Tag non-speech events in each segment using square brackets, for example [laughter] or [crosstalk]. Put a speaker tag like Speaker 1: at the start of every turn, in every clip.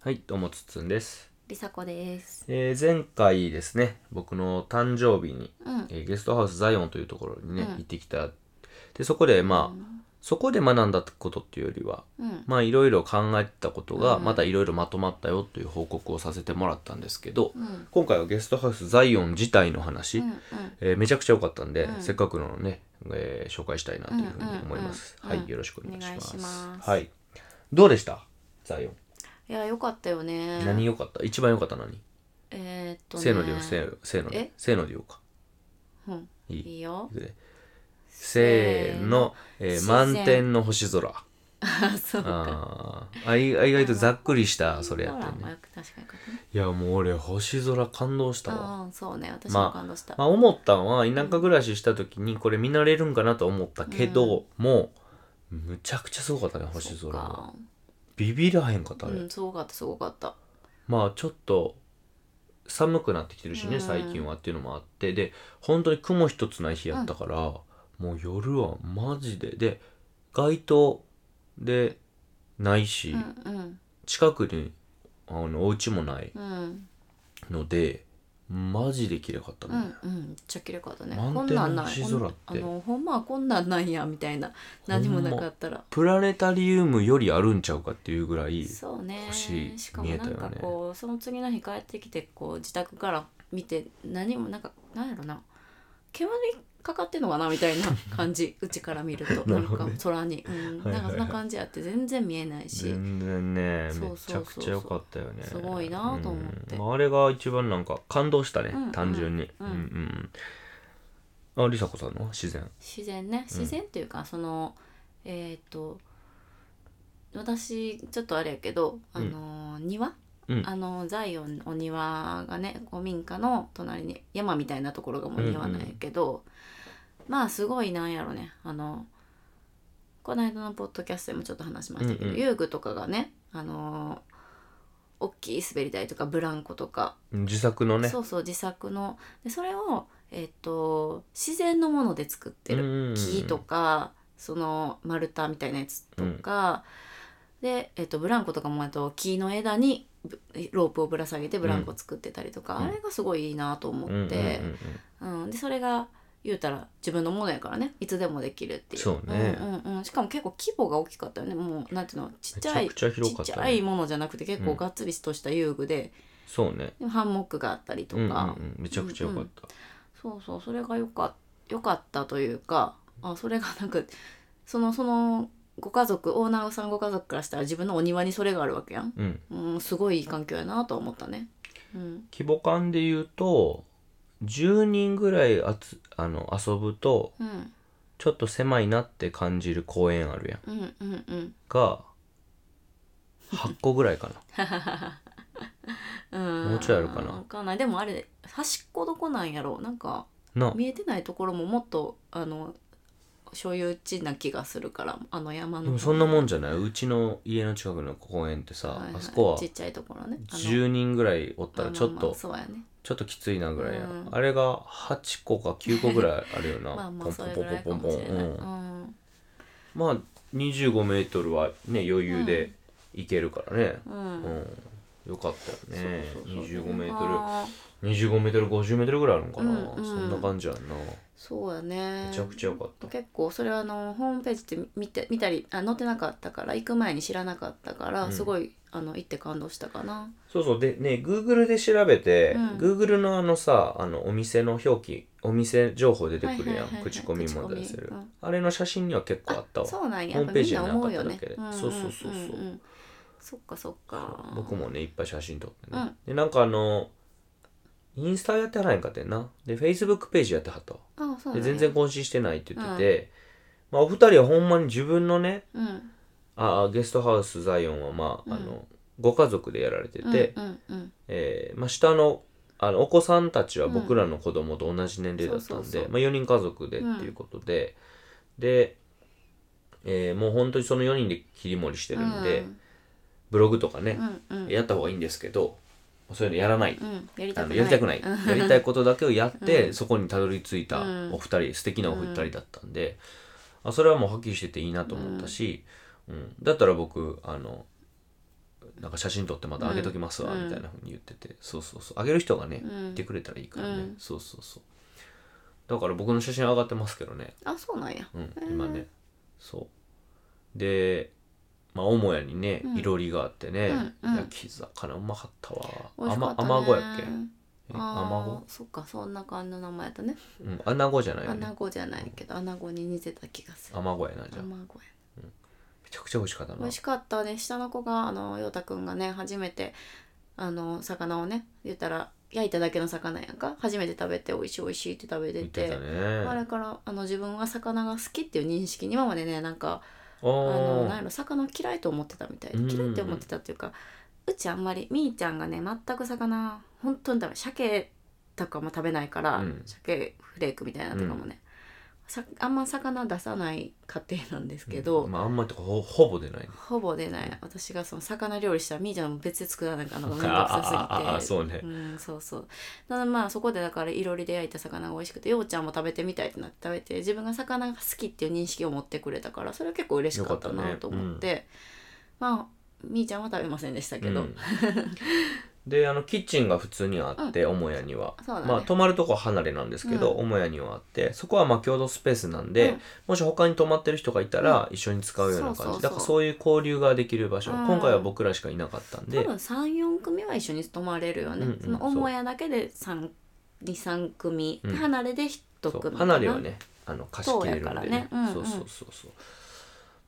Speaker 1: はい、どうもつっつんです。
Speaker 2: りさこです。
Speaker 1: えー前回ですね、僕の誕生日に、
Speaker 2: うん。
Speaker 1: えーゲストハウスザイオンというところにね、
Speaker 2: うん
Speaker 1: 行ってきた。で、そこで、まあ、そこで学んだことっていうよりは、
Speaker 2: うん。
Speaker 1: まあ、いろいろ考えてたことが、
Speaker 2: うん
Speaker 1: またいろいろまとまったよという報告をさせてもらったんですけど、
Speaker 2: うん。
Speaker 1: 今回はゲストハウスザイオン自体の話、
Speaker 2: うん。
Speaker 1: えーめちゃくちゃ良かったんで、
Speaker 2: うん
Speaker 1: せっかくなのね、えー紹介したいなというふうに思います。
Speaker 2: うんうんうん
Speaker 1: はい、よろしくお願いします。
Speaker 2: お願いします
Speaker 1: はい。どうでしたザイオン。
Speaker 2: いや、よかったよね。
Speaker 1: 何良かった一番良かった何
Speaker 2: えー、っとね。
Speaker 1: せーのでよ、せーの、せーので
Speaker 2: え、
Speaker 1: せーのでようか。
Speaker 2: うん。
Speaker 1: いい。
Speaker 2: いいよ
Speaker 1: い。くでせーの、えー
Speaker 2: 自然
Speaker 1: 満天の星空。
Speaker 2: あ、そうか。
Speaker 1: あーあい、あ意外とざっくりした、それやった
Speaker 2: ほら
Speaker 1: ね。
Speaker 2: よく確かによかったね。
Speaker 1: いや、もう俺、星空感動したわ。
Speaker 2: うん、そうね。私
Speaker 1: まあ
Speaker 2: も感動した。
Speaker 1: まあ、思ったんは、田舎暮らしした時に、これ見慣れるんかなと思ったけど、もう、むちゃくちゃすごかったね、星
Speaker 2: そ
Speaker 1: 空
Speaker 2: う
Speaker 1: が。
Speaker 2: か
Speaker 1: ビビらへんかった、あ
Speaker 2: う
Speaker 1: れ。
Speaker 2: ん、すごかった、すごかった。
Speaker 1: まあちょっと寒くなってきてるしね、
Speaker 2: うん
Speaker 1: 最近はっていうのもあってで本当に雲一つない日やったから、もう夜はマジでで街灯でないし、
Speaker 2: うん、
Speaker 1: 近くにあのお家もない
Speaker 2: うん、うん、
Speaker 1: のでマジで綺麗かった
Speaker 2: う
Speaker 1: ね
Speaker 2: ん、、うん、めっちゃ綺麗かったね。こ
Speaker 1: 満
Speaker 2: ん
Speaker 1: 天
Speaker 2: なん
Speaker 1: の
Speaker 2: ない。
Speaker 1: 星
Speaker 2: ほ
Speaker 1: 空っ
Speaker 2: ん
Speaker 1: て
Speaker 2: あの、ほんまはこんなんなんやみたいな。何もなかったら。
Speaker 1: プラネタリウムよりあるんちゃうかっていうぐらい
Speaker 2: そうね
Speaker 1: 星
Speaker 2: しかもなんか
Speaker 1: 見えた
Speaker 2: こう、その次の日帰ってきてこう自宅から見て何もなんか何やろな煙かかってんのかなみたいな
Speaker 1: [laughs]
Speaker 2: 感じうちから見ると
Speaker 1: な
Speaker 2: な
Speaker 1: る
Speaker 2: ん
Speaker 1: ほど
Speaker 2: か
Speaker 1: ね
Speaker 2: 空に、うん、
Speaker 1: はいはいはい
Speaker 2: なんかそんな感じやって全然見えないし、
Speaker 1: 全然ね
Speaker 2: そうそうそうそう
Speaker 1: めちゃくちゃ良かったよね
Speaker 2: すごいなと思って
Speaker 1: うんまああれが一番なんか感動したね、
Speaker 2: うんうん
Speaker 1: 単純にう
Speaker 2: うんん
Speaker 1: うんありさこさんの自然
Speaker 2: 自然ね自然っていうか、そのえっ、と私ちょっとあれやけどあのー、庭
Speaker 1: うん
Speaker 2: あのザイオンのお庭がね古民家の隣に山みたいなところがもう庭なんやけど、まあすごいなんやろねあのこの間のポッドキャストでもちょっと話しましたけど、
Speaker 1: うんうん
Speaker 2: 遊具とかがねあの大きい滑り台とかブランコとか、
Speaker 1: 自作のね
Speaker 2: そうそう自作のでそれを、えっと自然のもので作ってる、
Speaker 1: うん
Speaker 2: 木とかその丸太みたいなやつとか、で、えっと、ブランコとかもえっと木の枝にぶロープをぶら下げてブランコ作ってたりとか、
Speaker 1: うん
Speaker 2: あれがすごいいいなと思
Speaker 1: うんうんうんう
Speaker 2: っ
Speaker 1: ん
Speaker 2: て、うんでそれが言うたら自分のものやからねいつでもできるっていう
Speaker 1: そうね
Speaker 2: うんうんうん、しかも結構規模が大きかったよねもうなんていうのちっちゃい
Speaker 1: めちゃくちゃ広かったね
Speaker 2: ちっちゃいものじゃなくて結
Speaker 1: う
Speaker 2: 構
Speaker 1: ん
Speaker 2: がっつりとした遊具で,、
Speaker 1: そうね
Speaker 2: ハンモックがあったりと
Speaker 1: うんうん
Speaker 2: か、
Speaker 1: うんめちゃくちゃ良かった、
Speaker 2: そうそうそれがよかよかったというかあそれがなんかそのそのご家族オーナーさんご家族からしたら自分のお庭にそれがあるわけやん、
Speaker 1: うん
Speaker 2: うん、すごいいい環境やなと思ったねうん
Speaker 1: 規模感で言うと10人ぐらいあつあの遊ぶと
Speaker 2: うん
Speaker 1: ちょっと狭いなって感じる公園あるやん
Speaker 2: うんうんうん
Speaker 1: が8個ぐらいかな
Speaker 2: うん
Speaker 1: もうちょいあるかな
Speaker 2: わかんないでもあれ端っこどこなんやろうなんか [laughs]
Speaker 1: な
Speaker 2: 見えてないところももっとあの所有地な気がするからあの山の
Speaker 1: でもそんなもんじゃないうちの家の近くの公園ってさ、
Speaker 2: はいはい
Speaker 1: あそこは
Speaker 2: ちっちゃいところねあの
Speaker 1: 10人ぐらいおったらちょっ
Speaker 2: まあまあま
Speaker 1: と
Speaker 2: あそうやね
Speaker 1: ちょっときついなぐらいや、
Speaker 2: うん
Speaker 1: あれが8個か9個ぐらいあるよな
Speaker 2: [laughs] まあま
Speaker 1: ポ
Speaker 2: あ
Speaker 1: ン
Speaker 2: そ
Speaker 1: ポ
Speaker 2: れ
Speaker 1: ン
Speaker 2: ぐ
Speaker 1: ポ
Speaker 2: ら
Speaker 1: ン
Speaker 2: い
Speaker 1: ポ
Speaker 2: か
Speaker 1: ン
Speaker 2: も
Speaker 1: ポン
Speaker 2: しれない、
Speaker 1: うん
Speaker 2: うん
Speaker 1: まあ25メートルはね余裕でいけるからね、
Speaker 2: う
Speaker 1: うん
Speaker 2: ん
Speaker 1: よかったよね
Speaker 2: そうそうそう
Speaker 1: 25メート
Speaker 2: あー
Speaker 1: ル25メートル50メートルぐらいあるのかな、
Speaker 2: うんうん
Speaker 1: そんな感じやんな
Speaker 2: そうやね
Speaker 1: めちゃくちゃよかった、
Speaker 2: 結構それはあのホームページって見て見たりあ載ってなかったから行く前に知らなかったから、
Speaker 1: うん
Speaker 2: すごいあの行って感動したかな
Speaker 1: そうそうでね Google で調べて、
Speaker 2: うん
Speaker 1: Google のあのさあのお店の表記お店情報出てくるやん、
Speaker 2: はいはいはいはい
Speaker 1: 口コミも出せる、
Speaker 2: 口コミうん
Speaker 1: あれの写真には結構あったわ
Speaker 2: そうなんや
Speaker 1: ホームページ
Speaker 2: やっぱみんな思うよ
Speaker 1: に
Speaker 2: ね
Speaker 1: なかっただけで
Speaker 2: んんん
Speaker 1: そうそうそうそうん
Speaker 2: んそっかそっか
Speaker 1: 僕もねいっぱい写真撮ってね、
Speaker 2: うん
Speaker 1: でなんかあのインスタやってはらへんかったよなで Facebook ページやってはったわ
Speaker 2: あそう
Speaker 1: で
Speaker 2: なん
Speaker 1: 全
Speaker 2: や
Speaker 1: 然更新してないって言ってて、まあ、お二人はほんまに自分のね
Speaker 2: うん
Speaker 1: ああゲストハウスザイオンはまあ,、
Speaker 2: うん
Speaker 1: あのご家族でやられてて、
Speaker 2: うんうんうん
Speaker 1: えーまあ、下のあのお子さんたちは僕らの子供と同じ年齢だった
Speaker 2: うん
Speaker 1: ん
Speaker 2: そうそう
Speaker 1: で
Speaker 2: そう
Speaker 1: まあ4人家族でっていうことで、で、えーもう本当にその4人で切り盛りしてるんで、ブログとかね
Speaker 2: う、んうん
Speaker 1: やった方がいいんですけどそういうのやらない、
Speaker 2: うんやり
Speaker 1: あ
Speaker 2: たく
Speaker 1: の
Speaker 2: ない
Speaker 1: やりたくないやりたいことだけをやって、そこにたどり着いた
Speaker 2: うん
Speaker 1: お二人、素敵なお二人だったんで、あそれはもうはっきりしてていいなと思ったし、うんだったら僕あのなんか写真撮ってまたあげときますわ
Speaker 2: うん
Speaker 1: みたいなふうに言ってて、そうそうそうあげる人がね、
Speaker 2: うん
Speaker 1: 言ってくれたらいいからね、
Speaker 2: うん
Speaker 1: そうそうそうだから僕の写真上がってますけどね、
Speaker 2: あそうなんや
Speaker 1: うん
Speaker 2: へ、ー
Speaker 1: 今ねそうでまあ母屋にね、
Speaker 2: うん
Speaker 1: いろりがあってね、
Speaker 2: うんうん
Speaker 1: 焼き魚うまかったわ
Speaker 2: 美味しかったね
Speaker 1: ま、子やっけえ
Speaker 2: あ
Speaker 1: アマゴ
Speaker 2: ーそっかそんな感じの名前だったね
Speaker 1: うんアナゴじゃないよ
Speaker 2: ア
Speaker 1: ね
Speaker 2: ナゴじゃないけどアナゴに似てた気がする
Speaker 1: アマゴやなじゃ
Speaker 2: ア
Speaker 1: あめ
Speaker 2: マゴや
Speaker 1: ちゃくちゃ美味しかったな
Speaker 2: 美味しかったね下の子があの陽太くんがね初めてあの魚をね言ったら焼いただけの魚やんか初めて食べて美味しい美味しいって食べて
Speaker 1: 言っててたね
Speaker 2: あれからあの自分は魚が好きっていう認識に今までねなんか
Speaker 1: あ
Speaker 2: あのなん
Speaker 1: ー
Speaker 2: やろ魚嫌いと思ってたみたいで
Speaker 1: うん
Speaker 2: 嫌いって思ってたっていうかうちあんまりみーちゃんがね全く魚本当にダメ鮭とかも食べないから、
Speaker 1: うん
Speaker 2: 鮭フレークみたいなのとかもね、さあんま魚出さない家庭なんですけど、
Speaker 1: まああんまりとかほほぼ出ないね
Speaker 2: ほぼ出ない私がその魚料理したらみーちゃんも別で作らないからなんか面倒く
Speaker 1: ああああ
Speaker 2: さ
Speaker 1: あ
Speaker 2: すぎて
Speaker 1: そうね
Speaker 2: うん、そうそうなのでまあそこでだからいろりで焼いた魚が美味しくてようちゃんも食べてみたいってなって食べて自分が魚が好きっていう認識を持ってくれたからそれは結構嬉しかった
Speaker 1: よかった
Speaker 2: な
Speaker 1: ね
Speaker 2: と思って、まあみーちゃんは食べませんでしたけど、
Speaker 1: うんであのキッチンが普通にあって、母屋には、
Speaker 2: そうだね
Speaker 1: まあ泊まるとこは離れなんですけど、母屋にはあってそこはまあ共同スペースなんで、
Speaker 2: うん
Speaker 1: もし他に泊まってる人がいたら一緒に使うような感じ、
Speaker 2: そうそうそう
Speaker 1: だからそういう交流ができる場所、
Speaker 2: うん
Speaker 1: 今回は僕らしかいなかったん
Speaker 2: 多
Speaker 1: で
Speaker 2: 分34組は一緒に泊まれるよね、
Speaker 1: うんうん
Speaker 2: その母屋だけで23組、
Speaker 1: うん
Speaker 2: 離れで1
Speaker 1: そう
Speaker 2: 組
Speaker 1: 離れは
Speaker 2: ね
Speaker 1: ねあの貸し切れるんでね
Speaker 2: そうやからねうんうん
Speaker 1: そうそうそうそう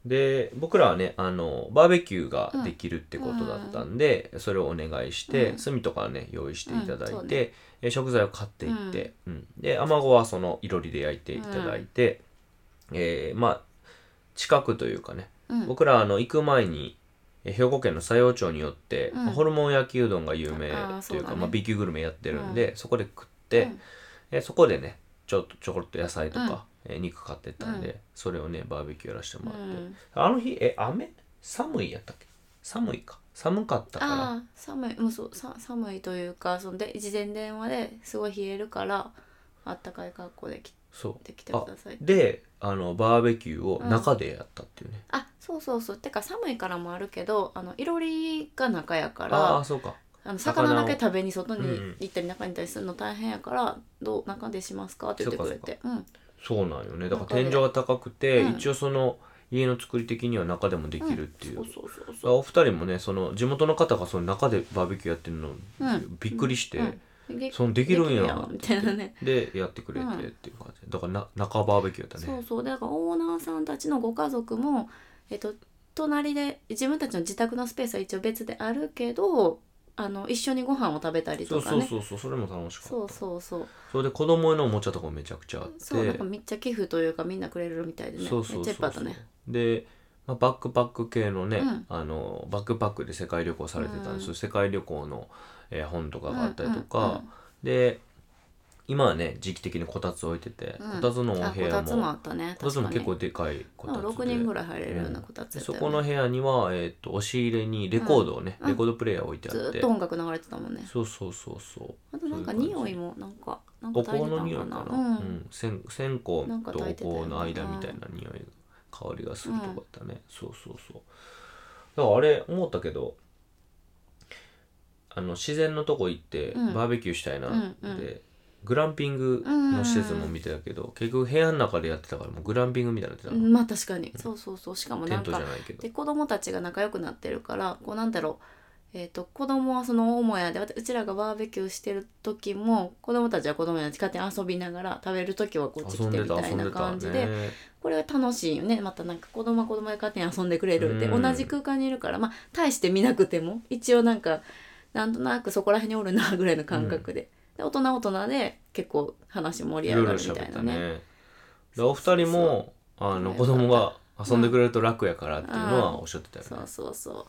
Speaker 1: で僕らはねあのバーベキューができるってことだったんで、それをお願いして、
Speaker 2: うん
Speaker 1: 炭とかね用意していただいて、
Speaker 2: うんそうね
Speaker 1: えー食材を買っていって、うんでアマゴはそのいろりで焼いていただいて、えーまあ近くというかね
Speaker 2: うん
Speaker 1: 僕らあの行く前にえー兵庫県の佐用町によって、
Speaker 2: うん
Speaker 1: まあホルモン焼きうどんが有名
Speaker 2: あー
Speaker 1: という
Speaker 2: そう
Speaker 1: か
Speaker 2: だね
Speaker 1: まあ、B 級グルメやってるんで、そこで食って、
Speaker 2: うん
Speaker 1: えーそこでねちょっとちょこっと野菜とか、えー肉買ってったんで、
Speaker 2: う
Speaker 1: それをねバーベキューやらせてもらって、
Speaker 2: うん
Speaker 1: あの日え雨寒いやったっけ寒いか寒かったから
Speaker 2: ああ寒いもうそうさ [laughs] 寒いというかそので事前電話ですごい冷えるからあったかい格好で来
Speaker 1: そ
Speaker 2: てきて
Speaker 1: うあ
Speaker 2: ください
Speaker 1: であのバーベキューを中でやったっていうね、
Speaker 2: あそうそうそうてか寒いからもあるけどあのいろりが中やか
Speaker 1: ああ
Speaker 2: ら
Speaker 1: そうか
Speaker 2: あの
Speaker 1: 魚を
Speaker 2: 魚だけ食べに外に
Speaker 1: うんうん
Speaker 2: 行ったり中に行ったりするの大変やからどう中でしますかって言ってくれてうん
Speaker 1: そうなんよねだか
Speaker 2: 中
Speaker 1: ら
Speaker 2: で
Speaker 1: 天井が高くて、
Speaker 2: うん
Speaker 1: 一応その家の作り的には中でもできるっていう、
Speaker 2: そうそうそう
Speaker 1: あ
Speaker 2: そう
Speaker 1: お二人もねその地元の方がその中でバーベキューやってるの、
Speaker 2: うん
Speaker 1: びっくりして、
Speaker 2: うんで
Speaker 1: そのできるんや
Speaker 2: できみ
Speaker 1: [laughs]
Speaker 2: たいなね
Speaker 1: でやってくれてっていう感じだからな中バーベキューやった
Speaker 2: そ
Speaker 1: ね
Speaker 2: うそうでだからオーナーさんたちのご家族も、えっと、隣で自分たちの自宅のスペースは一応別であるけどあの一緒にご飯を食べたり
Speaker 1: そ
Speaker 2: と
Speaker 1: う
Speaker 2: か
Speaker 1: そう
Speaker 2: ね
Speaker 1: そうそうそれも楽しかった
Speaker 2: そうそうそう
Speaker 1: それで子供へのおもちゃとかもめちゃくちゃあって
Speaker 2: そうなんかめっちゃ寄付というかみんなくれるみたいでね
Speaker 1: そうそうそう
Speaker 2: めっちゃいっぱいあったね
Speaker 1: で、まあ、バックパック系のね、
Speaker 2: うん
Speaker 1: あのバックパックで世界旅行されてたんですよ、世界旅行の、えー本とかがあったりとか、
Speaker 2: うんうんうん
Speaker 1: で今はね時期的にこたつ置いてて、
Speaker 2: うん
Speaker 1: こたつのお部
Speaker 2: あこ
Speaker 1: 屋
Speaker 2: たつもあ
Speaker 1: も
Speaker 2: ったね
Speaker 1: こたつも結構
Speaker 2: 確
Speaker 1: でかいこ
Speaker 2: か
Speaker 1: た
Speaker 2: に
Speaker 1: つ
Speaker 2: で
Speaker 1: で
Speaker 2: も6人ぐらい入れるようなこたつ
Speaker 1: で
Speaker 2: やった
Speaker 1: そ
Speaker 2: よね
Speaker 1: この部屋には、えー、と押し入れにレコードをね、
Speaker 2: うん
Speaker 1: レコードプレイヤー置いてあ
Speaker 2: ず
Speaker 1: っ
Speaker 2: ー
Speaker 1: て
Speaker 2: っと音楽流れてたもんね
Speaker 1: そうそうそうそう
Speaker 2: あとなんか
Speaker 1: そういう感じ
Speaker 2: 匂いもなんかなんか
Speaker 1: お
Speaker 2: 大
Speaker 1: 香
Speaker 2: 変
Speaker 1: の
Speaker 2: な
Speaker 1: 匂い
Speaker 2: の
Speaker 1: か
Speaker 2: か
Speaker 1: な、
Speaker 2: な
Speaker 1: うん
Speaker 2: うん
Speaker 1: 線線香と
Speaker 2: なんか
Speaker 1: お
Speaker 2: 炊いてたよ
Speaker 1: 香
Speaker 2: ね
Speaker 1: の間みたいな匂い香りがするとこだったね、そうそうそうだからあれ思ったけどあの自然のとこ行って
Speaker 2: うん
Speaker 1: バーベキューしたいなって、
Speaker 2: うんう
Speaker 1: グランピングの施設も見てたけど、結局部屋の中でやってたからもうグランピングみたいになってたの、
Speaker 2: まあ確かにそうそうそうしかも
Speaker 1: テ
Speaker 2: な
Speaker 1: ン
Speaker 2: ん
Speaker 1: トじ
Speaker 2: か
Speaker 1: ゃないけど
Speaker 2: で子供たちが仲良くなってるからこうなんだろう、えー、と子供はその母屋でわたうちらがバーベキューしてる時も子供たちは子供たち家庭遊びながら食べる時はこっち
Speaker 1: 遊
Speaker 2: 来
Speaker 1: ん
Speaker 2: て
Speaker 1: で
Speaker 2: み
Speaker 1: た
Speaker 2: た
Speaker 1: 遊
Speaker 2: い
Speaker 1: んで
Speaker 2: な
Speaker 1: た
Speaker 2: 感じで
Speaker 1: ね
Speaker 2: これは楽しいよねまたなんか子供は子供で家庭に遊んでくれるで
Speaker 1: う
Speaker 2: 同
Speaker 1: ん
Speaker 2: じ空間にいるからまあ大して見なくても一応なんかなんとなくそこら辺におるなぐらいの感覚で,、で大人は大人で結構話盛り
Speaker 1: いろ
Speaker 2: 上
Speaker 1: い
Speaker 2: が
Speaker 1: ろ
Speaker 2: るみた
Speaker 1: 喋っ
Speaker 2: いな
Speaker 1: た
Speaker 2: ね。
Speaker 1: ねでお二人もあの子供が遊んでくれると楽やからっていうのはおっしゃってたよね、
Speaker 2: そうそうそう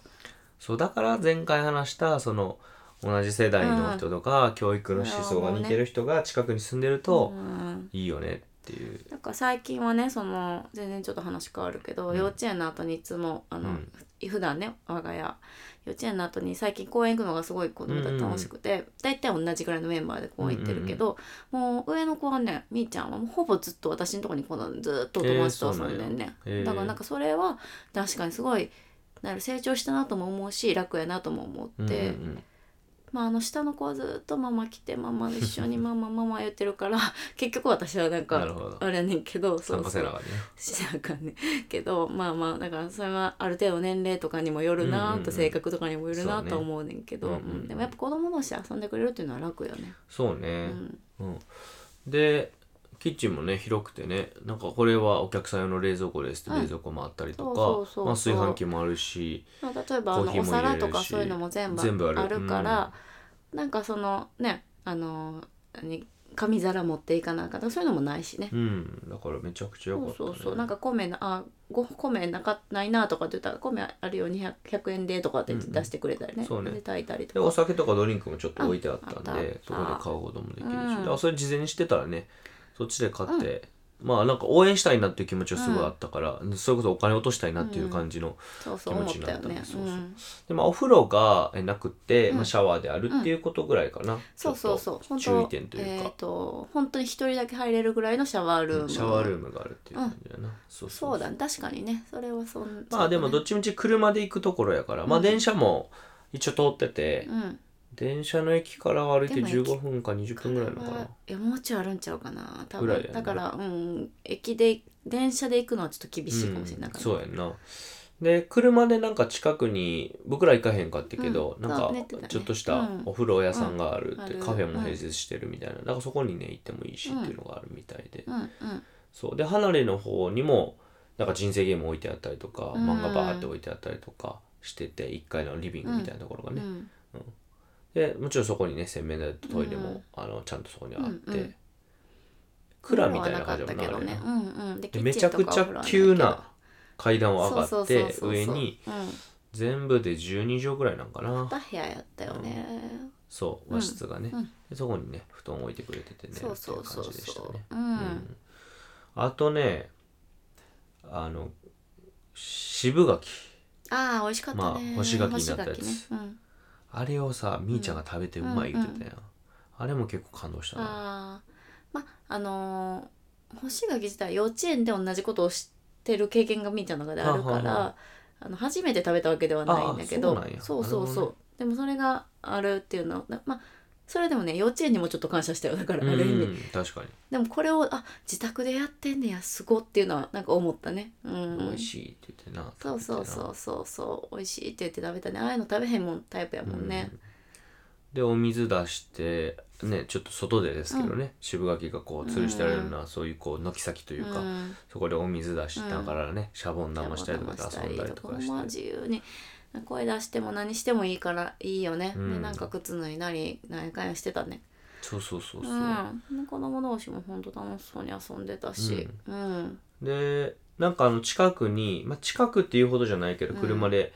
Speaker 1: そうだから前回話したその同じ世代の人とか、教育の思想が似てる人が近くに住んでると
Speaker 2: うん
Speaker 1: いいよねっていう、
Speaker 2: なんか最近はねその全然ちょっと話変わるけど、
Speaker 1: ん
Speaker 2: 幼稚園の後にいつもあの、
Speaker 1: うん
Speaker 2: 普段ね我が家幼稚園の後に最近公園行くのがすごい子供たち楽しくて、大体同じぐらいのメンバーで公園行ってるけど、もう上の子はねみーちゃんはもうほぼずっと私のとこに来たのずっとお友達と遊んで
Speaker 1: えーそうな
Speaker 2: んね、
Speaker 1: んやへー
Speaker 2: だからなんかそれは確かにすごいだから成長したなとも思うし楽やなとも思
Speaker 1: うん
Speaker 2: っ
Speaker 1: うん
Speaker 2: て、
Speaker 1: うん
Speaker 2: まあ、あの下の子はずっと「ママ来てママ一緒にママママ」言ってるから [laughs] 結局私はなん
Speaker 1: なる
Speaker 2: か
Speaker 1: ほど
Speaker 2: あれやねんけど
Speaker 1: 参加せなあかんね
Speaker 2: しなあかんねけどまあまあだからそれはある程度年齢とかにもよるな
Speaker 1: うん
Speaker 2: あ
Speaker 1: うん
Speaker 2: と性格とかにもよるな
Speaker 1: そう
Speaker 2: あ
Speaker 1: ね
Speaker 2: とは思うねんけど、
Speaker 1: うんうんうん
Speaker 2: うんでもやっぱ子供同士で遊んでくれるっていうのは楽よね。
Speaker 1: そう
Speaker 2: う
Speaker 1: ね、
Speaker 2: ん
Speaker 1: うん、でキッチンもね広くてねなんかこれはお客さん用の冷蔵庫ですって
Speaker 2: うん
Speaker 1: 冷蔵庫もあったりと
Speaker 2: そうそうそ
Speaker 1: か
Speaker 2: うそう
Speaker 1: まあ炊飯器もあるし
Speaker 2: まあ、例えばあ
Speaker 1: コー
Speaker 2: の
Speaker 1: ヒー
Speaker 2: お
Speaker 1: も入れれ
Speaker 2: 皿
Speaker 1: るし
Speaker 2: とかそういうのも全部
Speaker 1: 全部ある
Speaker 2: あるから、なんかそのねあの何紙皿持っていかなあかんとかそういうのもないしね。
Speaker 1: うんだからめちゃくちゃ良
Speaker 2: そ
Speaker 1: かっ
Speaker 2: う
Speaker 1: た、ね、
Speaker 2: そうそうなんか米なあご米なかないなとかって言ったら米あるよ 200, 100円でとかって言って出してくれたりね,、
Speaker 1: うんそうね
Speaker 2: で炊いたり
Speaker 1: で
Speaker 2: と
Speaker 1: お
Speaker 2: か
Speaker 1: 酒とかドリンクもちょっと置いてあったん
Speaker 2: ああっ
Speaker 1: でそ
Speaker 2: た
Speaker 1: こで買うこともできるし、
Speaker 2: うん
Speaker 1: だからそれ事前にしてたらねそっちで買って、まあなんか応援したいなっていう気持ちはすごいあったから、それこそお金落としたいなっていう感じの、
Speaker 2: そうそう思った
Speaker 1: 気
Speaker 2: よ
Speaker 1: 持ちにな
Speaker 2: ね
Speaker 1: ったねそうそううんでまあお風呂がえなくって、
Speaker 2: うん
Speaker 1: まあ、シャワーであるっていうことぐらいかな、ち
Speaker 2: そ
Speaker 1: ょ
Speaker 2: う
Speaker 1: っ
Speaker 2: そう
Speaker 1: と
Speaker 2: そう本当
Speaker 1: 注意点という
Speaker 2: え
Speaker 1: か
Speaker 2: っ、、と本当に一人だけ入れるぐらいのシャワールーム、
Speaker 1: シャワールー
Speaker 2: ム
Speaker 1: ムがあるっていう感じだな、そうそう
Speaker 2: そうだね確かにねそれはそん
Speaker 1: まあでもど
Speaker 2: っ
Speaker 1: っちみち車で行くところやから、まあ
Speaker 2: うん
Speaker 1: 電車も一応通ってて、
Speaker 2: うん
Speaker 1: 電車の駅から歩いて
Speaker 2: でも駅
Speaker 1: 15分か20分ぐらいのかな
Speaker 2: やもうちょいあるんちゃうかな多
Speaker 1: ぐらい
Speaker 2: 分
Speaker 1: やね
Speaker 2: だからうん駅で電車で行くのはちょっと厳しいかもしれな
Speaker 1: う
Speaker 2: い
Speaker 1: ん
Speaker 2: から、
Speaker 1: そうやんなで車でなんか近くに僕ら行かへんかったけど、
Speaker 2: うん
Speaker 1: なんか
Speaker 2: そうねってたね
Speaker 1: ちょっとし
Speaker 2: う
Speaker 1: た
Speaker 2: ん
Speaker 1: お風呂屋さんがあるって、
Speaker 2: うんある
Speaker 1: カフェも併設してるみたいな、なんかそこにね行ってもいいしっていうのがあるみたいで、
Speaker 2: うんうん
Speaker 1: そうで離れの方にもなんか人生ゲーム置いてあったりとか、
Speaker 2: うん
Speaker 1: 漫画バーって置いてあったりとかしてて1階のリビングみたいなところがね、
Speaker 2: うん
Speaker 1: でもちろんそこにね洗面台とトイレも、
Speaker 2: うん
Speaker 1: あのちゃんとそこにあって、
Speaker 2: うんうん
Speaker 1: 蔵みたいな感じ
Speaker 2: 風
Speaker 1: だ
Speaker 2: 呂はなかったけどね
Speaker 1: な
Speaker 2: うんうんで
Speaker 1: で
Speaker 2: キッ
Speaker 1: め
Speaker 2: チ
Speaker 1: ちゃ
Speaker 2: ンと
Speaker 1: く
Speaker 2: か
Speaker 1: ち
Speaker 2: お
Speaker 1: ゃ
Speaker 2: 風呂はないけど
Speaker 1: 急な階段を上が
Speaker 2: そう
Speaker 1: っ
Speaker 2: そうそう
Speaker 1: て
Speaker 2: そう
Speaker 1: 上に
Speaker 2: うん
Speaker 1: 全部で12畳ぐらいなんかな
Speaker 2: 二部屋やったよね、
Speaker 1: そう
Speaker 2: うん
Speaker 1: 和室がね、
Speaker 2: うん
Speaker 1: でそこにね布団置いてくれててね
Speaker 2: そうそうそう
Speaker 1: ってい感じでした
Speaker 2: そう
Speaker 1: ね
Speaker 2: う
Speaker 1: うんんあとねあの渋柿
Speaker 2: ああ美味しかったね、
Speaker 1: まあ干し柿になったやつ
Speaker 2: 干し柿ねうん
Speaker 1: あれをさみーちゃんが食べてうまい言ってたやん、あれも結構感動したな
Speaker 2: あーまああのー干し柿自体幼稚園で同じことをしてる経験がみーちゃんの中であるか
Speaker 1: あはあは
Speaker 2: らあの初めて食べたわけではないんだけど
Speaker 1: あそうなんや
Speaker 2: そうそうそうでもそれがあるっていうのなまあそれでもね幼稚園にもちょっと感謝したよだからある意味、
Speaker 1: うん確かに
Speaker 2: でもこれをあ自宅でやってんねやすごっていうのはなんか思ったねうん
Speaker 1: 美味しいって言ってな
Speaker 2: そうそうそうそうそう美味しいって言って食べたねああいうの食べへんもんタイプやもんね、
Speaker 1: でお水出してねちょっと外でですけどね、渋柿がこう吊るしてあるような、そういうこう軒先というか、
Speaker 2: うん
Speaker 1: そこでお水出しながらね、シャボン玉したりとかで遊んだりとか
Speaker 2: 子供は
Speaker 1: して
Speaker 2: 自由に声出しても何してもいいからいいよね、
Speaker 1: うん
Speaker 2: でなんか靴脱いだり何回やしてたね
Speaker 1: そうそうそうそう、
Speaker 2: うん子供同士もほんと楽しそうに遊んでたしうん
Speaker 1: でなんかあの近くに、まあ、近くっていうほどじゃないけど
Speaker 2: うん
Speaker 1: 車で、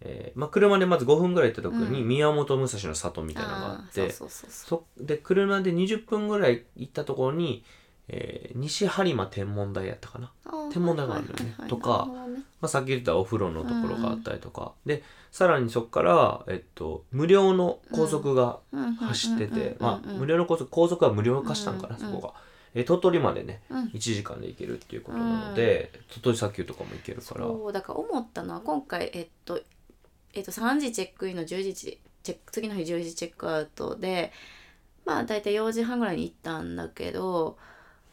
Speaker 1: えーまあ、車でまず5分ぐらい行ったとこに
Speaker 2: う
Speaker 1: 宮本武蔵の里みたいなのがあ
Speaker 2: あ
Speaker 1: っ
Speaker 2: ー
Speaker 1: て、
Speaker 2: そうそうそうそう
Speaker 1: そで車で20分ぐらい行ったところに、えー西播磨天文台やったかな、
Speaker 2: あー
Speaker 1: 天文台があるよね
Speaker 2: はいはいはい
Speaker 1: とか
Speaker 2: なるほどね
Speaker 1: まあ、さっき言ったお風呂のところがあったりとか、でさらにそこから、えっと、無料の高速が
Speaker 2: うんうんうんうん
Speaker 1: 走ってて、まあ、無
Speaker 2: 理
Speaker 1: 料の高速、高速は無料化したんかな、
Speaker 2: うんうん
Speaker 1: そこが。えー、鳥取までね、
Speaker 2: うん
Speaker 1: 1時間で行けるっていうことなので、鳥取砂丘とかも行けるから、
Speaker 2: そうだから思ったのは今回えっとえっと3時チェックインの10時チェック次の日10時チェックアウトでまあ大体4時半ぐらいに行ったんだけど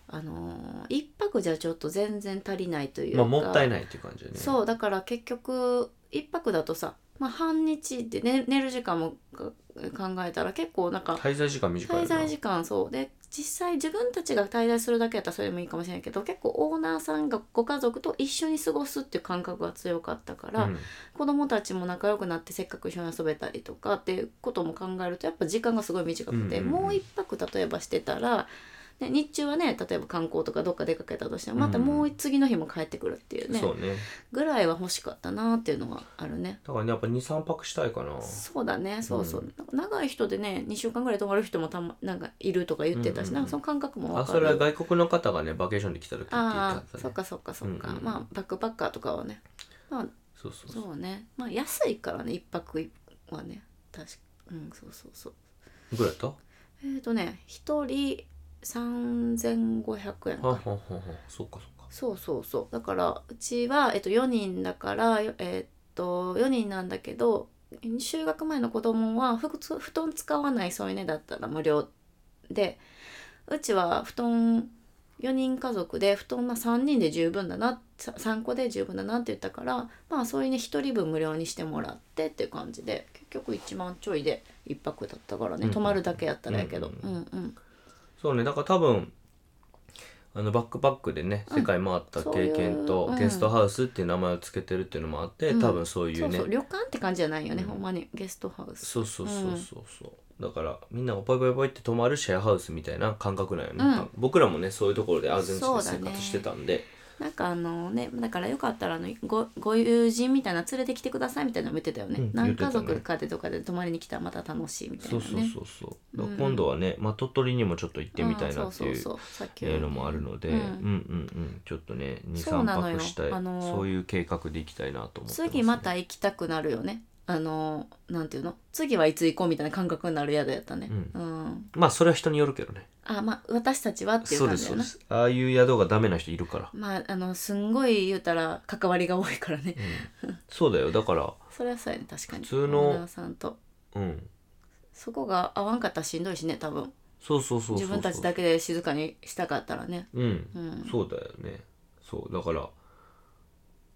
Speaker 2: あのー、1泊じゃちょっと全然足りないという
Speaker 1: ま
Speaker 2: か、
Speaker 1: あ、もったいないっていう感じだね。
Speaker 2: そうだから結局1泊だとさ、まあ、半日で、ね、寝る時間もか考えたら結構なんか
Speaker 1: 滞在時間短いよ
Speaker 2: 滞
Speaker 1: な。
Speaker 2: 在時間そうで実際自分たちが滞在するだけやったらそれでもいいかもしれないけど結構オーナーさんがご家族と一緒に過ごすっていう感覚が強かったから、
Speaker 1: うん
Speaker 2: 子供たちも仲良くなってせっかく一緒に遊べたりとかっていうことも考えるとやっぱ時間がすごい短くて、
Speaker 1: うんうんうん
Speaker 2: もう一泊例えばしてたら、ね、日中はね例えば観光とかどっか出かけたとしてもまたもう次の日も帰ってくるっていうね、
Speaker 1: そうね。
Speaker 2: ぐらいは欲しかったなっていうのがあるね。
Speaker 1: だからね、やっぱ2、3泊したいかな。
Speaker 2: そうだねそうそう、なんか長い人でね2週間ぐらい泊まる人もたまなんかいるとか言ってた
Speaker 1: うんうん
Speaker 2: し、
Speaker 1: うん
Speaker 2: なんかその感覚も
Speaker 1: あ、
Speaker 2: 分か
Speaker 1: それは
Speaker 2: る
Speaker 1: 外国の方がね、バケーションで来た時って言って
Speaker 2: あ
Speaker 1: た
Speaker 2: あーそっ
Speaker 1: ね。
Speaker 2: かそっかそっか、
Speaker 1: うんうん
Speaker 2: まあバックパッカーとかはねまあ
Speaker 1: そうそうそう。
Speaker 2: そうねまあ安いからね一泊はね確かうんそうそうそう
Speaker 1: いくらやったは
Speaker 2: えっ、ー、とね一人3500円
Speaker 1: あは
Speaker 2: か
Speaker 1: あはあはあそっかそっか。
Speaker 2: そうそうそうだからうちは、えっと、4人だからえっと4人なんだけど就学前の子供はふつ布団使わない添い寝だったら無料でうちは布団4人家族で布団が3人で十分だなさ3個で十分だなって言ったからまあそういうね1人分無料にしてもらってっていう感じで結局1万ちょいで1泊だったからね
Speaker 1: うん
Speaker 2: 泊まるだけやったらやけど
Speaker 1: う
Speaker 2: うんんうん
Speaker 1: そうねだから多分あのバックパックでね世界回った経験と、
Speaker 2: そういう
Speaker 1: ゲストハウスっていう名前をつけてるっていうのもあって、
Speaker 2: うん
Speaker 1: 多分そうい
Speaker 2: そうう
Speaker 1: ね
Speaker 2: そう旅館って感じじゃないよね
Speaker 1: うん
Speaker 2: ほんまにゲストハウス
Speaker 1: そうそうそうそうそう、だからみんながポイポイポイって泊まるシェアハウスみたいな感覚なんよね、
Speaker 2: うん
Speaker 1: 僕らもねそういうところでアルゼンチン
Speaker 2: そ
Speaker 1: で
Speaker 2: うだ
Speaker 1: 生
Speaker 2: ね
Speaker 1: 活してたんで、
Speaker 2: なんかあのねだからよかったらあのごご友人みたいな連れてきてくださいみたいなのも言ってたよね、
Speaker 1: うん
Speaker 2: 何
Speaker 1: 言
Speaker 2: 家
Speaker 1: ってた
Speaker 2: 族
Speaker 1: ね
Speaker 2: かでとかで泊まりに来たらまた楽しいみたい
Speaker 1: そ
Speaker 2: な
Speaker 1: う
Speaker 2: ね
Speaker 1: そうそうそう、だから
Speaker 2: うん
Speaker 1: 今度はね、まあ、鳥取にもちょっと行ってみたいなってい
Speaker 2: ん
Speaker 1: う
Speaker 2: そうそうそうさっき
Speaker 1: えーのもあるので、うん、うん
Speaker 2: うん
Speaker 1: うんちょっとね
Speaker 2: そ
Speaker 1: 23
Speaker 2: うなのよ
Speaker 1: 泊したいそう,、
Speaker 2: あのー
Speaker 1: いう計画で行きたいなと思ってます、ね、
Speaker 2: 次また行きたくなるよねあのなんていうの次はいつ行こうみたいな感覚になる宿やったね
Speaker 1: う
Speaker 2: うん、
Speaker 1: まあそれは人によるけどね
Speaker 2: あまあ私たちはっていう
Speaker 1: そう
Speaker 2: 感
Speaker 1: で
Speaker 2: じ
Speaker 1: すそう
Speaker 2: だよ
Speaker 1: で
Speaker 2: な
Speaker 1: すああいう宿がダメな人いるから、
Speaker 2: まああのすんごい言うたら関わりが多いからね、
Speaker 1: うん、そうだよだから
Speaker 2: それはそうやね確かに
Speaker 1: 普通の
Speaker 2: オーナーさんと
Speaker 1: うん
Speaker 2: そこが合わんかったらしんどいしね多分
Speaker 1: そうそうそうそうそう
Speaker 2: 自分たちだけで静かにしたかったらね
Speaker 1: うん
Speaker 2: うん
Speaker 1: そうだよねそうだから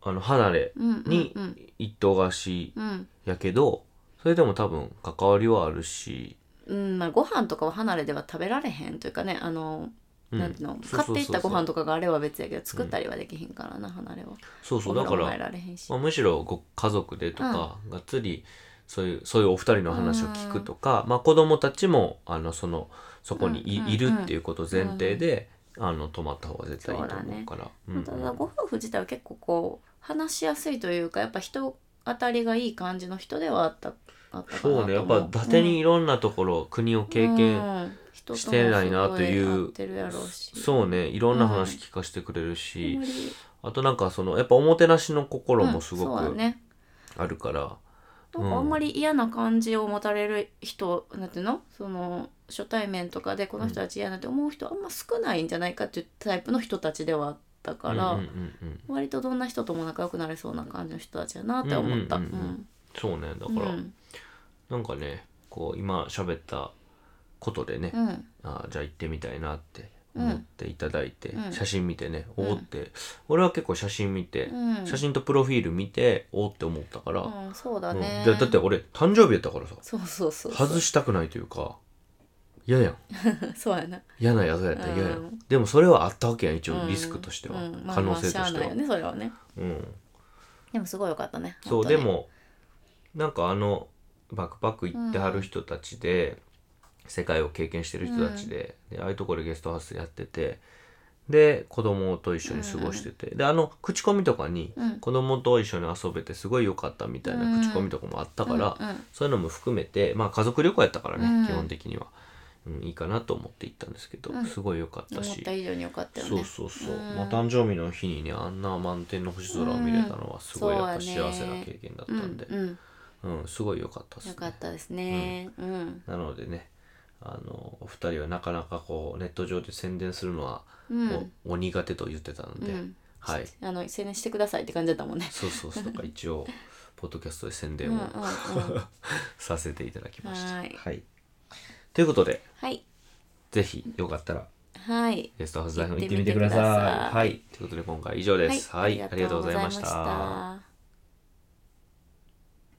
Speaker 1: あの離れ
Speaker 2: うんうん
Speaker 1: に
Speaker 2: うん
Speaker 1: 一棟貸し
Speaker 2: うん
Speaker 1: やけどそれでも多分関わりはあるし
Speaker 2: うんまあ、ご飯とかは離れでは食べられへんというかねあの、
Speaker 1: うん
Speaker 2: なんていうの
Speaker 1: そう
Speaker 2: 買っ
Speaker 1: そうそうそう
Speaker 2: ていったご飯とかがあれば別やけど作ったりはできへんからな、離れは
Speaker 1: そうそう
Speaker 2: お
Speaker 1: だ
Speaker 2: 風
Speaker 1: か
Speaker 2: 呂も
Speaker 1: ら
Speaker 2: 入られへんし
Speaker 1: まあ、むしろご家族でとか、がっつりそういうそういうお二人の話を聞くとか、まあ、子供たちもあのそのそこにい,、
Speaker 2: うんうん
Speaker 1: いるっていうことを前提で、あの泊まった方が絶対いいと思うからうんうん
Speaker 2: ただご夫婦自体は結構こう話しやすいというかやっぱ人当たりがいい感じの人ではあったあったかなと思
Speaker 1: そうねやっぱ伊達にいろんなところ、国を経験、
Speaker 2: 験
Speaker 1: してないなという
Speaker 2: てるやろうし
Speaker 1: そうねいろんな話聞かせてくれる
Speaker 2: あん
Speaker 1: し
Speaker 2: ま、り
Speaker 1: あとなんかそのやっぱおもてなしの心もす
Speaker 2: う
Speaker 1: ご
Speaker 2: んそうだ
Speaker 1: く
Speaker 2: ね
Speaker 1: あるから、
Speaker 2: なんかあんまり嫌な感じを持たれる人、なんていうのその初対面とかでこの人たち嫌なって思う人あんま少ないんじゃないかっていうタイプの人たちではあったから、
Speaker 1: うんうんうんうん
Speaker 2: 割とどんな人とも仲良くなれそうな感じの人たちやなって思った。
Speaker 1: う
Speaker 2: うん
Speaker 1: うんうん
Speaker 2: ん
Speaker 1: そうねだ
Speaker 2: う
Speaker 1: から、
Speaker 2: ん
Speaker 1: なんかねこう今喋ったことでね、
Speaker 2: うん
Speaker 1: あーじゃあ行ってみたいなって思っていただいて、
Speaker 2: うん
Speaker 1: 写真見てねおおって、俺は結構写真見て、
Speaker 2: うん
Speaker 1: 写真とプロフィール見ておおって思ったから、
Speaker 2: うん、そうだ
Speaker 1: うん
Speaker 2: ね、
Speaker 1: だだって俺誕生日やったからさ
Speaker 2: そうそうそうそう
Speaker 1: 外したくないというか嫌やん
Speaker 2: [laughs] そうやな
Speaker 1: 嫌な宿やったら嫌やん、
Speaker 2: うん
Speaker 1: でもそれはあったわけやん一応
Speaker 2: うん
Speaker 1: リスクとしては、
Speaker 2: うんまあ
Speaker 1: 可能性として
Speaker 2: まあ
Speaker 1: は、
Speaker 2: しゃあないよねそれはね
Speaker 1: うん、
Speaker 2: でもすごい良かったね
Speaker 1: そう、
Speaker 2: 本
Speaker 1: で
Speaker 2: 当ね
Speaker 1: もなんかあのバックパック行ってはる人たちで、世界を経験してる人たちで,、でああいうところでゲストハウスやっててで子供と一緒に過ごしてて、であの口コミとかに
Speaker 2: うん
Speaker 1: 子供と一緒に遊べてすごい良かったみたいな口コミとかもあったから、
Speaker 2: うんうん
Speaker 1: そういうのも含めてまあ家族旅行やったからね、
Speaker 2: うん
Speaker 1: 基本的には、うん、いいかなと思って行ったんですけど、
Speaker 2: うん
Speaker 1: すごい良かった
Speaker 2: 思っ。
Speaker 1: した
Speaker 2: 以上に良かったよね
Speaker 1: そうそうそう、
Speaker 2: うん
Speaker 1: まあ誕生日の日にねあんな満天の星空を見れたのはすごい
Speaker 2: うん
Speaker 1: やっぱ
Speaker 2: そう
Speaker 1: 幸
Speaker 2: やね
Speaker 1: せな経験だったんで、
Speaker 2: うんうん、
Speaker 1: うんすごい良かったです
Speaker 2: 良
Speaker 1: ね
Speaker 2: かったですねうん、
Speaker 1: なのでねあのお二人はなかなかこうネット上で宣伝するのは
Speaker 2: うん
Speaker 1: お,、苦手と言ってたので、
Speaker 2: うん [laughs]
Speaker 1: はい
Speaker 2: あの宣伝してくださいって感じだったもんね。
Speaker 1: そうそうそうだから一応ポッドキャストで宣
Speaker 2: うん
Speaker 1: 伝
Speaker 2: うん
Speaker 1: を
Speaker 2: うん、は
Speaker 1: [laughs] させていただきました
Speaker 2: はい
Speaker 1: ということで
Speaker 2: い
Speaker 1: ぜひよかったら
Speaker 2: はい。
Speaker 1: ゲストハウスライフも行
Speaker 2: 行
Speaker 1: っ
Speaker 2: ってて
Speaker 1: み
Speaker 2: み
Speaker 1: て
Speaker 2: て
Speaker 1: く
Speaker 2: く
Speaker 1: だ
Speaker 2: だ
Speaker 1: さ
Speaker 2: さ
Speaker 1: い
Speaker 2: い
Speaker 1: はいということで今回以上ですはい、ありがとうございました。